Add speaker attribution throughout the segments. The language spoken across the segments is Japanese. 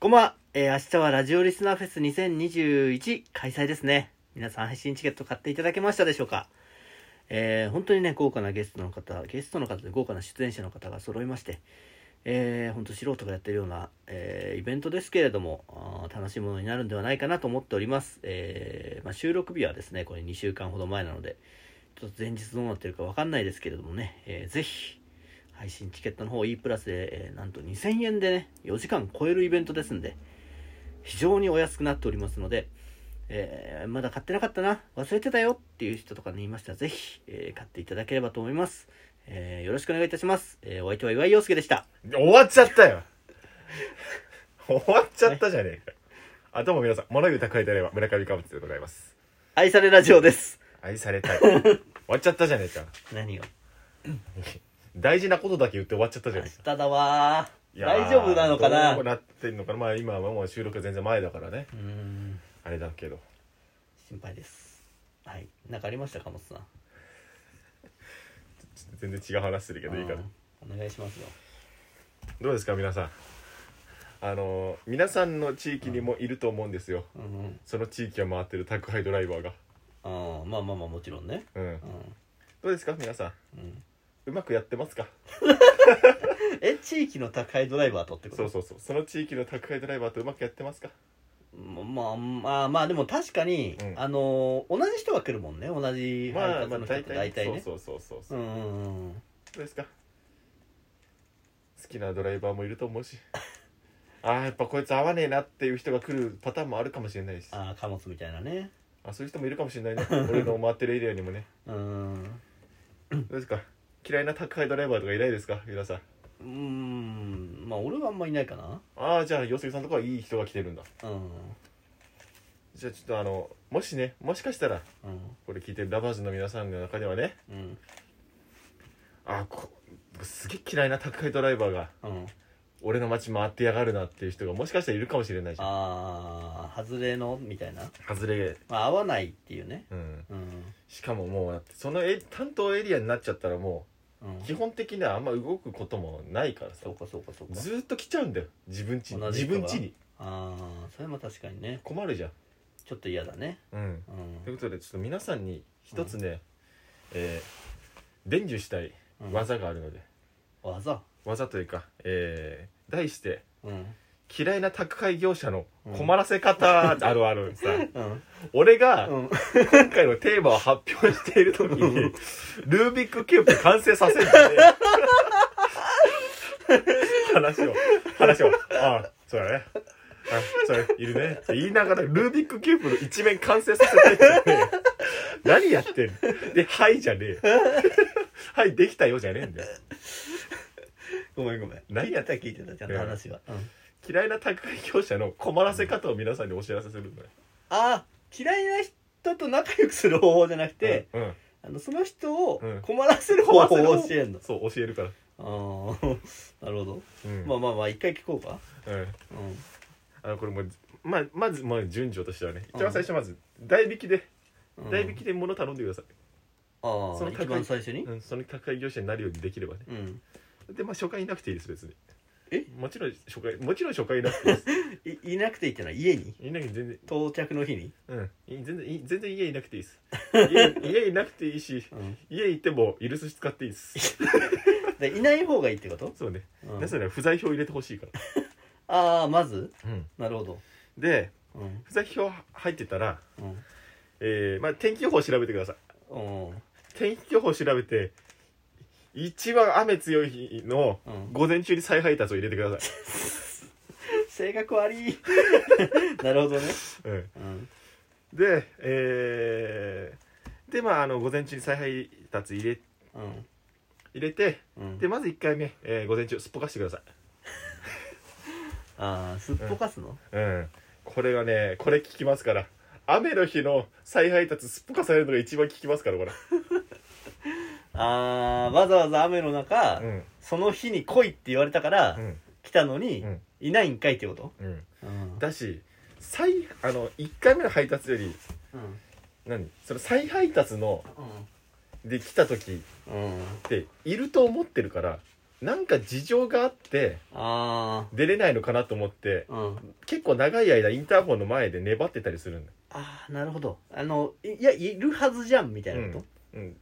Speaker 1: こんばんは。えー明日はラジオリスナーフェス2021開催ですね。皆さん配信チケット買っていただけましたでしょうかえー本当にね、豪華なゲストの方、ゲストの方で豪華な出演者の方が揃いまして、えー、本当素人がやってるような、えーイベントですけれども、あー楽しいものになるんではないかなと思っております。えーまあ、収録日はですね、これ2週間ほど前なので、ちょっと前日どうなってるかわかんないですけれどもね、えーぜひ、配信チケットの方 E プラスで、えーなんと2000円でね、4時間超えるイベントですんで、非常にお安くなっておりますので、えーまだ買ってなかったな、忘れてたよっていう人とかに言いましたら、ぜひ、えー買っていただければと思います。えーよろしくお願いいたします。えーお相手は岩井陽介でした。
Speaker 2: 終わっちゃったよ終わっちゃったじゃねえかあどうも皆さん物言う宅配であれば村上かぶつでございます
Speaker 1: 愛されラジオです。
Speaker 2: 愛されたい終わっちゃったじゃねえか
Speaker 1: 何が
Speaker 2: 大事なことだけ言って終わっちゃったじゃ
Speaker 1: 明
Speaker 2: ねえか
Speaker 1: 日だわー
Speaker 2: いやー
Speaker 1: 大丈夫なのかな
Speaker 2: どうなってんのかなまあ今はもう収録は全然前だからね
Speaker 1: うーん、
Speaker 2: あれだけど
Speaker 1: 心配です。はい。なんかありましたか、もつさん。
Speaker 2: ちょっと全然違う話するけどいいかな
Speaker 1: うんお願いしますよ。
Speaker 2: どうですか皆さんあのー皆さんの地域にもいると思うんですよ
Speaker 1: うんうん
Speaker 2: その地域を回ってる宅配ドライバーが
Speaker 1: あー。まあまあまあ、もちろんね。
Speaker 2: うん
Speaker 1: う
Speaker 2: どうですか皆さん
Speaker 1: ん。うん
Speaker 2: うまくやってますか
Speaker 1: え地域の宅配ドライバーとってこと
Speaker 2: そうそうそうその地域の宅配ドライバーとうまくやってますか
Speaker 1: まあまあまあでも確かに、
Speaker 2: うん
Speaker 1: あのー同じ人が来るもんね同じ
Speaker 2: まあ
Speaker 1: 配達
Speaker 2: まあ
Speaker 1: の人っ
Speaker 2: 大
Speaker 1: て
Speaker 2: 体
Speaker 1: 大体ね、
Speaker 2: そうそうそうそうう、
Speaker 1: んうんうん
Speaker 2: どうですか好きなドライバーもいると思うし あーやっぱこいつ合わねえなっていう人が来るパターンもあるかもしれないしあ
Speaker 1: ああ貨物みたいなね
Speaker 2: そういう人もいるかもしれないね 俺の回ってるエリアにもね
Speaker 1: うん
Speaker 2: どうですか嫌いな宅配ドライバーとかいないですか皆さん
Speaker 1: うんまあ俺はあんまいないかな
Speaker 2: ああじゃあ陽介さんとかはいい人が来てるんだ
Speaker 1: うん
Speaker 2: じゃあちょっとあのもしねもしかしたら
Speaker 1: うん
Speaker 2: これ聞いてるラバーズの皆さんの中ではね
Speaker 1: うん
Speaker 2: あーこすげえ嫌いな宅配ドライバーが
Speaker 1: うん
Speaker 2: 俺の街回ってやがるなっていう人がもしかしたらいるかもしれないじゃん
Speaker 1: ああ外れのみたいな、
Speaker 2: 外れ
Speaker 1: まあ、合わないっていうね
Speaker 2: うん
Speaker 1: うん
Speaker 2: しかももうだってそのえ担当エリアになっちゃったらも
Speaker 1: う
Speaker 2: うん基本的にはあんま動くこともないからさ
Speaker 1: そうかそうかそうか
Speaker 2: ずーっと来ちゃうんだよ自分家に
Speaker 1: 同じ
Speaker 2: 自
Speaker 1: 人が
Speaker 2: 分家に
Speaker 1: ああそれも確かにね
Speaker 2: 困るじゃん
Speaker 1: ちょっと嫌だね
Speaker 2: うん
Speaker 1: うん
Speaker 2: ということでちょっと皆さんに一つね、えー伝授したい
Speaker 1: うん
Speaker 2: 技があるので、
Speaker 1: 技
Speaker 2: 技というかえー題して
Speaker 1: うん
Speaker 2: 嫌いな宅配業者の困らせ方あるあるさ、
Speaker 1: うん
Speaker 2: 俺が、
Speaker 1: うん
Speaker 2: 今回のテーマを発表している時に、ルービックキューブ完成させるんだね。話を、話を、ああ、そうだね。あそれいるねって言いながらルービックキューブの一面完成させてってね何やってんので「はい」じゃねえよはいできたよじゃねえんだよ
Speaker 1: ごめんごめん
Speaker 2: 何やった
Speaker 1: 聞いてたちゃんと話は、うん
Speaker 2: 嫌いな宅配業者の困らせ方を皆さんにお知らせするんだよ
Speaker 1: あ嫌いな人と仲良くする方法じゃなくて、
Speaker 2: うんうん
Speaker 1: あのその人を
Speaker 2: うん
Speaker 1: 困らせる方法を教えるの、
Speaker 2: そう教えるから
Speaker 1: ああなるほど、
Speaker 2: うん
Speaker 1: まあまあまあ一回聞こうか
Speaker 2: うん
Speaker 1: うん
Speaker 2: あのこれもうまあまずまあ順序としてはね
Speaker 1: うん
Speaker 2: 一番最初まず代引きで、
Speaker 1: うん
Speaker 2: 代引きで物頼んでください、
Speaker 1: あ
Speaker 2: そ
Speaker 1: あ
Speaker 2: の
Speaker 1: 一番最初に
Speaker 2: うん、その宅配業者になるようにできればね
Speaker 1: うん、
Speaker 2: でまあ初回いなくていいです別に
Speaker 1: え
Speaker 2: もちろん初回もちろん初回いなくていいです
Speaker 1: いいなくていいってのは家に
Speaker 2: いなくて全然
Speaker 1: 到着の日に、
Speaker 2: うんい全然い全然家いなくていい です家家いなくていいし
Speaker 1: うん、
Speaker 2: 家行ってもイルス使っていいです
Speaker 1: でいない方がいいってこと、
Speaker 2: そうね、
Speaker 1: うん
Speaker 2: なぜなら不在票入れてほしいか
Speaker 1: ああまず
Speaker 2: ら、
Speaker 1: なるほど
Speaker 2: で
Speaker 1: うん
Speaker 2: 不在票入ってたら、
Speaker 1: うん
Speaker 2: えーまあ、天気予報調べてください
Speaker 1: うん
Speaker 2: 天気予報調べて一番雨強い日の
Speaker 1: うん
Speaker 2: 午前中に再配達を入れてくださ
Speaker 1: 性格悪い なるほどね、
Speaker 2: い、うん、
Speaker 1: うん、
Speaker 2: でえー、でまああの午前中に再配達入れ
Speaker 1: うん
Speaker 2: 入れて
Speaker 1: うん
Speaker 2: でまず1回目、えー午前中すっぽかしてください、
Speaker 1: ああすっぽかすの、
Speaker 2: うん、これがねこれ効きますから雨の日の再配達すっぽかされるのが一番効きますからこれ、
Speaker 1: あーわざわざ雨の中、
Speaker 2: うん
Speaker 1: その日に来いって言われたから、
Speaker 2: うん
Speaker 1: 来たのに、
Speaker 2: うん
Speaker 1: いないんかいってこと
Speaker 2: うん、
Speaker 1: うん、
Speaker 2: だし再あの1回目の配達より
Speaker 1: うん
Speaker 2: 何その再配達ので来た時っていると思ってるからなんか事情があって
Speaker 1: あ
Speaker 2: 出れないのかなと思って
Speaker 1: あうん
Speaker 2: 結構長い間インターホンの前で粘ってたりするんだ
Speaker 1: ああなるほどあのいいやいるはずじゃんみたいなこ
Speaker 2: うん、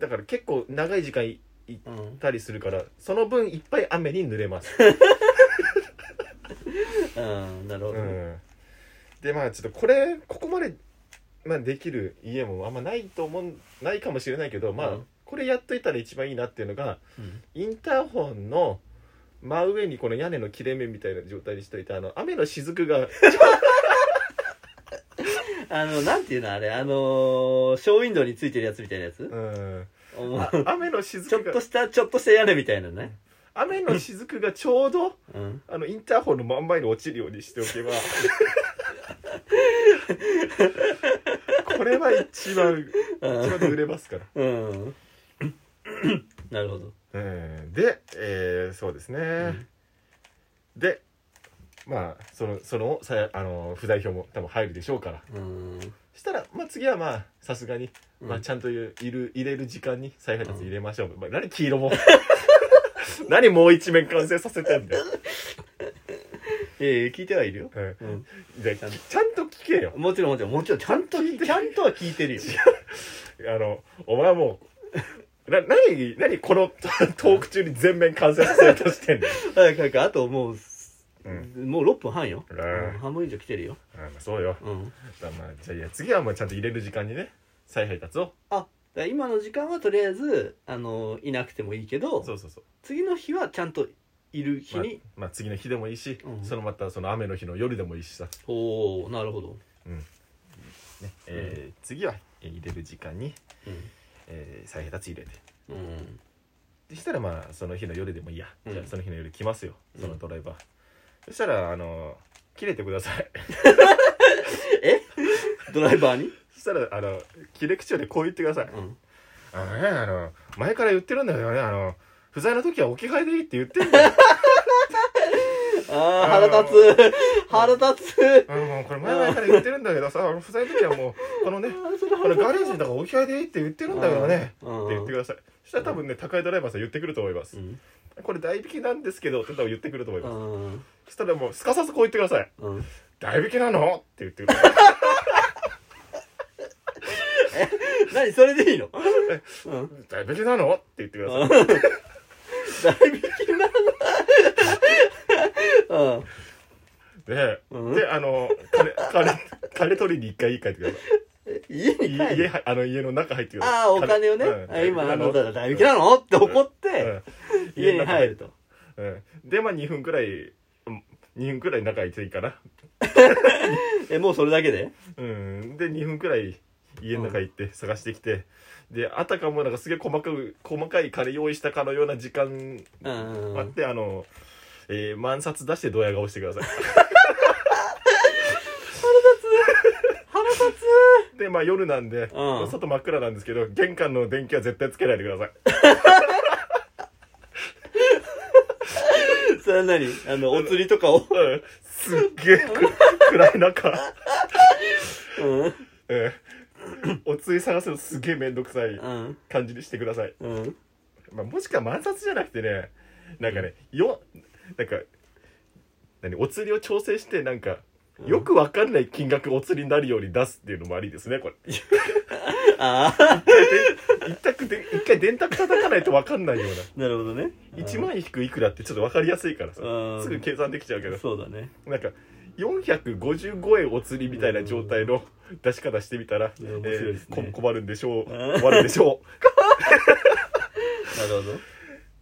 Speaker 2: だから結構長い時間い
Speaker 1: とうん、
Speaker 2: たりするからその分いっぱい雨に濡れます、
Speaker 1: うん、なるほ
Speaker 2: う
Speaker 1: ど、
Speaker 2: ん、でまあちょっとこれここまで、まあ、できる家もあんまないと思うないかもしれないけどまあ、
Speaker 1: うん
Speaker 2: これやっといたら一番いいなっていうのが
Speaker 1: うん
Speaker 2: インターホンの真上にこの屋根の切れ目みたいな状態にしといてあの雨の雫が
Speaker 1: あのなんていうのあれあのーショーウィンドウについてるやつみたいなやつ、
Speaker 2: うん
Speaker 1: お
Speaker 2: あ雨の雫
Speaker 1: ちょっ
Speaker 2: が
Speaker 1: としたちょっとした屋根みたいなね、
Speaker 2: 雨の雫がちょうど
Speaker 1: うん、
Speaker 2: あのインターホンの真ん前に落ちるようにしておけばこれは一番一番で売れますから、
Speaker 1: うん なるほど
Speaker 2: うん、で、えーそうですね、でまあそのそのさあの不在票も多分入るでしょうから
Speaker 1: うん
Speaker 2: したら、まあ、次はまあさすがに、
Speaker 1: うん
Speaker 2: まあ、ちゃんといういる入れる時間に再配達入れましょう、まあ、何黄色も 何もう一面完成させてんだよ、
Speaker 1: ええ聞いてはいるよ、
Speaker 2: うん
Speaker 1: うん、
Speaker 2: で
Speaker 1: ちゃんと
Speaker 2: ちゃんと聞けよ
Speaker 1: もちろんもちろんもちろんちゃんとちゃんとは聞いてる よ
Speaker 2: あの、お前はもう、な、何、何この トーク中に全面完成させようとしてんの
Speaker 1: 早く早くあともう、
Speaker 2: うん
Speaker 1: もう6分半よ、
Speaker 2: うん
Speaker 1: うん半分以上来てるよ、
Speaker 2: あまあそうよ。
Speaker 1: うん、
Speaker 2: だまあ、じゃあいや、次はもうちゃんと入れる時間にね、再配達を。
Speaker 1: あだから今の時間はとりあえずあのいなくてもいいけど
Speaker 2: そうそうそう。
Speaker 1: 次の日はちゃんといる日
Speaker 2: まあ
Speaker 1: に、、
Speaker 2: まあ次の日でもいいし、
Speaker 1: うん
Speaker 2: そのまたその雨の日の夜でもいいしさ。ね
Speaker 1: おおなるほど、
Speaker 2: えー次はえー入れる時間に、
Speaker 1: う
Speaker 2: えー再配達入れて。
Speaker 1: んうん、
Speaker 2: そしたらまあ、その日の夜でもいいや。
Speaker 1: うん
Speaker 2: じゃあその日の夜来ますよ、
Speaker 1: うん
Speaker 2: そのドライバー。そしたら、あの、切れてください。
Speaker 1: ドライバーに、
Speaker 2: そしたら、あの、切れ口調でこう言ってください。
Speaker 1: うん、
Speaker 2: あのね、あの、前から言ってるんだけどね、あの、不在の時は置き換えでいいって言ってんだよ。
Speaker 1: ああ腹立つ 腹立つ
Speaker 2: あの、 もうこれ前々から言ってるんだけどさ、あの不在の時はもう、このね、このガレージのとか置き換えでいいって言ってるんだけどね、
Speaker 1: う
Speaker 2: って言ってください。そしたら多分ね、高いドライバーさん言ってくると思います。
Speaker 1: ん
Speaker 2: これ代引きなんですけどって多分言ってくると思いうます。
Speaker 1: ん
Speaker 2: そしたらもう、すかさずこう言ってください。
Speaker 1: うん
Speaker 2: 代引きなのって言ってくる。
Speaker 1: 何それでいいの、うん、
Speaker 2: 代引きなのって言ってください。
Speaker 1: 代引きな の
Speaker 2: で、
Speaker 1: うん
Speaker 2: で、あの、金、金、金取りに一回家帰ってください。
Speaker 1: うん家 に帰
Speaker 2: 家、
Speaker 1: る
Speaker 2: 家はあの、家の中入ってください。
Speaker 1: ああお金をね、
Speaker 2: うん
Speaker 1: あ今あのだから代引きなのって怒って、
Speaker 2: うん
Speaker 1: 家に入ると、
Speaker 2: うんでまあ2分くらいうん2分くらい仲いていいかな
Speaker 1: えもうそれだけで
Speaker 2: うんで2分くらい家の中行って探してきて、であたかもなんかすげえ細かく細かい金用意したかのような時間
Speaker 1: うん
Speaker 2: あって、あの、えー、万札出してドヤ顔してください
Speaker 1: 腹立つ
Speaker 2: でまあ夜なんで、
Speaker 1: うん
Speaker 2: 外真っ暗なんですけど玄関の電気は絶対つけないでください
Speaker 1: それは何あのお釣りとかを、
Speaker 2: うんすっげえく暗い中、
Speaker 1: うん
Speaker 2: うん、おつい探すのすげえめんどくさい
Speaker 1: うん
Speaker 2: 感じにしてください
Speaker 1: うん
Speaker 2: まあ、もしくは満札じゃなくてねなんかねよなんか何お釣りを調整してなんかよくわかんない金額お釣りになるように出すっていうのもありですね これ
Speaker 1: ああ
Speaker 2: 一択で一回電卓叩かないとわかんないような
Speaker 1: なるほどね
Speaker 2: 1万引くいくらってちょっとわかりやすいからさ
Speaker 1: うん
Speaker 2: すぐ計算できちゃうけど
Speaker 1: そうだね
Speaker 2: なんか455円お釣りみたいな状態の出し方してみたら、
Speaker 1: いや面白いですね
Speaker 2: えーこ困るんでしょう
Speaker 1: うん
Speaker 2: 困るんでしょ
Speaker 1: なる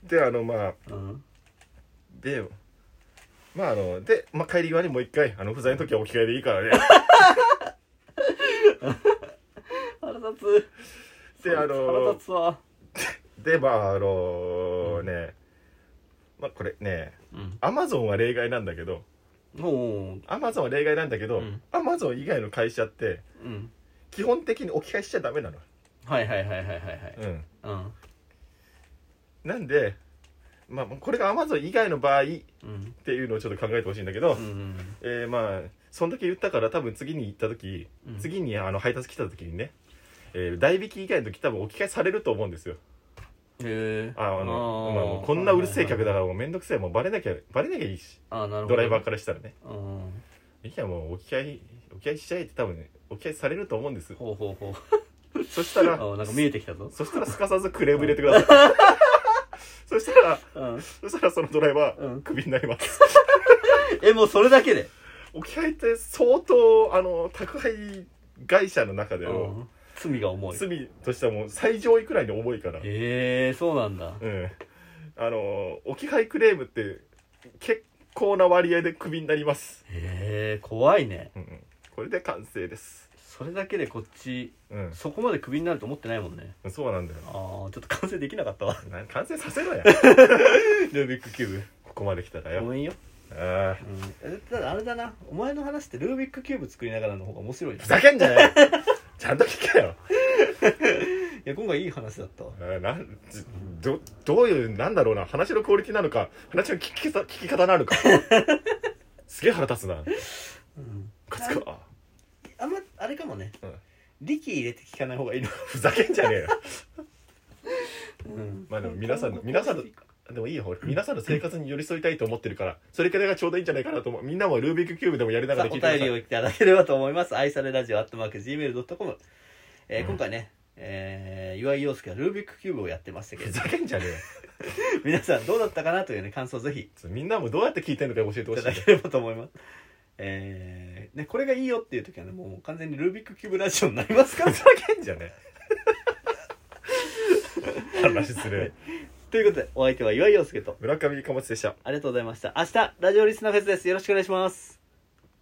Speaker 2: うであのまあ
Speaker 1: ほどうん
Speaker 2: でまああので、まあ、帰り際にもう一回あの不在の時は置き換えでい いからね
Speaker 1: 腹立つ
Speaker 2: であ
Speaker 1: 腹
Speaker 2: の
Speaker 1: 立つわ
Speaker 2: でまああのねまあこれね
Speaker 1: うん
Speaker 2: アマゾンは例外なんだけど
Speaker 1: おお
Speaker 2: アマゾンは例外なんだけど
Speaker 1: うん
Speaker 2: アマゾン以外の会社って
Speaker 1: うん
Speaker 2: 基本的に置き換えしちゃダメなの
Speaker 1: はいはいはいはいはいはい
Speaker 2: うん
Speaker 1: うん
Speaker 2: なんでまあこれがアマゾン以外の場合っ
Speaker 1: うん
Speaker 2: ていうのをちょっと考えてほしいんだけど、
Speaker 1: うん
Speaker 2: えーまあそんだけ言ったから多分次に行った時、
Speaker 1: うん
Speaker 2: 次にあの配達来た時にね、えー代引き以外の時多分置き換えされると思うんですよ
Speaker 1: へえ
Speaker 2: ああのまあもうこんなうるせえ客だからもうめんどくせえもうバレなきゃバレなきゃいいし
Speaker 1: あーなるほど
Speaker 2: ドライバーからしたらね
Speaker 1: らうん
Speaker 2: いやもう置き合い置き合いしちゃえって多分ね置き合いされると思うんです
Speaker 1: ほうほうほう
Speaker 2: そしたら
Speaker 1: あなんか見えてきたぞ
Speaker 2: そしたらすかさずクレーム入れてくだ さいそしたら
Speaker 1: うん
Speaker 2: そしたらそのドライバ
Speaker 1: う
Speaker 2: ー
Speaker 1: ん
Speaker 2: クビになります
Speaker 1: えもうそれだけで
Speaker 2: 置き合いって相当あの宅配会社の中で
Speaker 1: う
Speaker 2: の
Speaker 1: ん罪が重い
Speaker 2: 罪としてはもう最上位くらいに重いから
Speaker 1: へえそうなんだ
Speaker 2: うんあの置き配クレームって結構な割合でクビになります、
Speaker 1: へえ怖いね
Speaker 2: うん、これで完成です
Speaker 1: それだけでこっち
Speaker 2: うん
Speaker 1: そこまでクビになると思ってないもんね
Speaker 2: そうなんだよ
Speaker 1: ああちょっと完成できなかったわ
Speaker 2: な完成させろやルービックキューブここまで来たら
Speaker 1: ご
Speaker 2: よ
Speaker 1: めんよ、
Speaker 2: ああ
Speaker 1: うんえ、ただあれだなお前の話ってルービックキューブ作りながらの方が面白いな
Speaker 2: ふ
Speaker 1: い
Speaker 2: ざけんじゃねえちゃんと聞けよ
Speaker 1: や今回いい話だったわ
Speaker 2: あなんじどどういうなんだろうな話のクオリティなのか話の聞き方聞き方なのかすげえ腹立つな
Speaker 1: うん
Speaker 2: カツカ
Speaker 1: あんまあれかもね、
Speaker 2: うん
Speaker 1: 力入れて聞かない方がいいの、
Speaker 2: ふざけんじゃねえよ
Speaker 1: うん
Speaker 2: まあでも皆さんの皆さんのでもいいよ俺皆さんの生活に寄り添いたいと思ってるからそれくらいがちょうどいいんじゃないかなと思うみんなもルービックキューブでもやりなが
Speaker 1: さ
Speaker 2: ら
Speaker 1: あお
Speaker 2: 聞いてくださ
Speaker 1: 便りを
Speaker 2: い
Speaker 1: いただければと思います。愛されラジオ、アットマーク、gmail.com。えー
Speaker 2: うん
Speaker 1: 今回ね、えー、岩井陽介はルービックキューブをやってましたけ
Speaker 2: ふ
Speaker 1: れ
Speaker 2: ざ
Speaker 1: ど、
Speaker 2: けんじゃねえよ
Speaker 1: 皆さんどうだったかなというね、感想をぜひ
Speaker 2: みんなもどうやって聞いてんのか教えて
Speaker 1: い
Speaker 2: ほ
Speaker 1: た
Speaker 2: しい
Speaker 1: だければと思います。えー、ね、これがいいよっていう時はね、もう完全にルービックキューブラジオになりますから
Speaker 2: ふざけんじゃね え話する
Speaker 1: ということで、お相手は岩井陽介と、
Speaker 2: 村上貨物でした
Speaker 1: ありがとうございました。明日、ラジオリスナーフェスです。よろしくお願いします。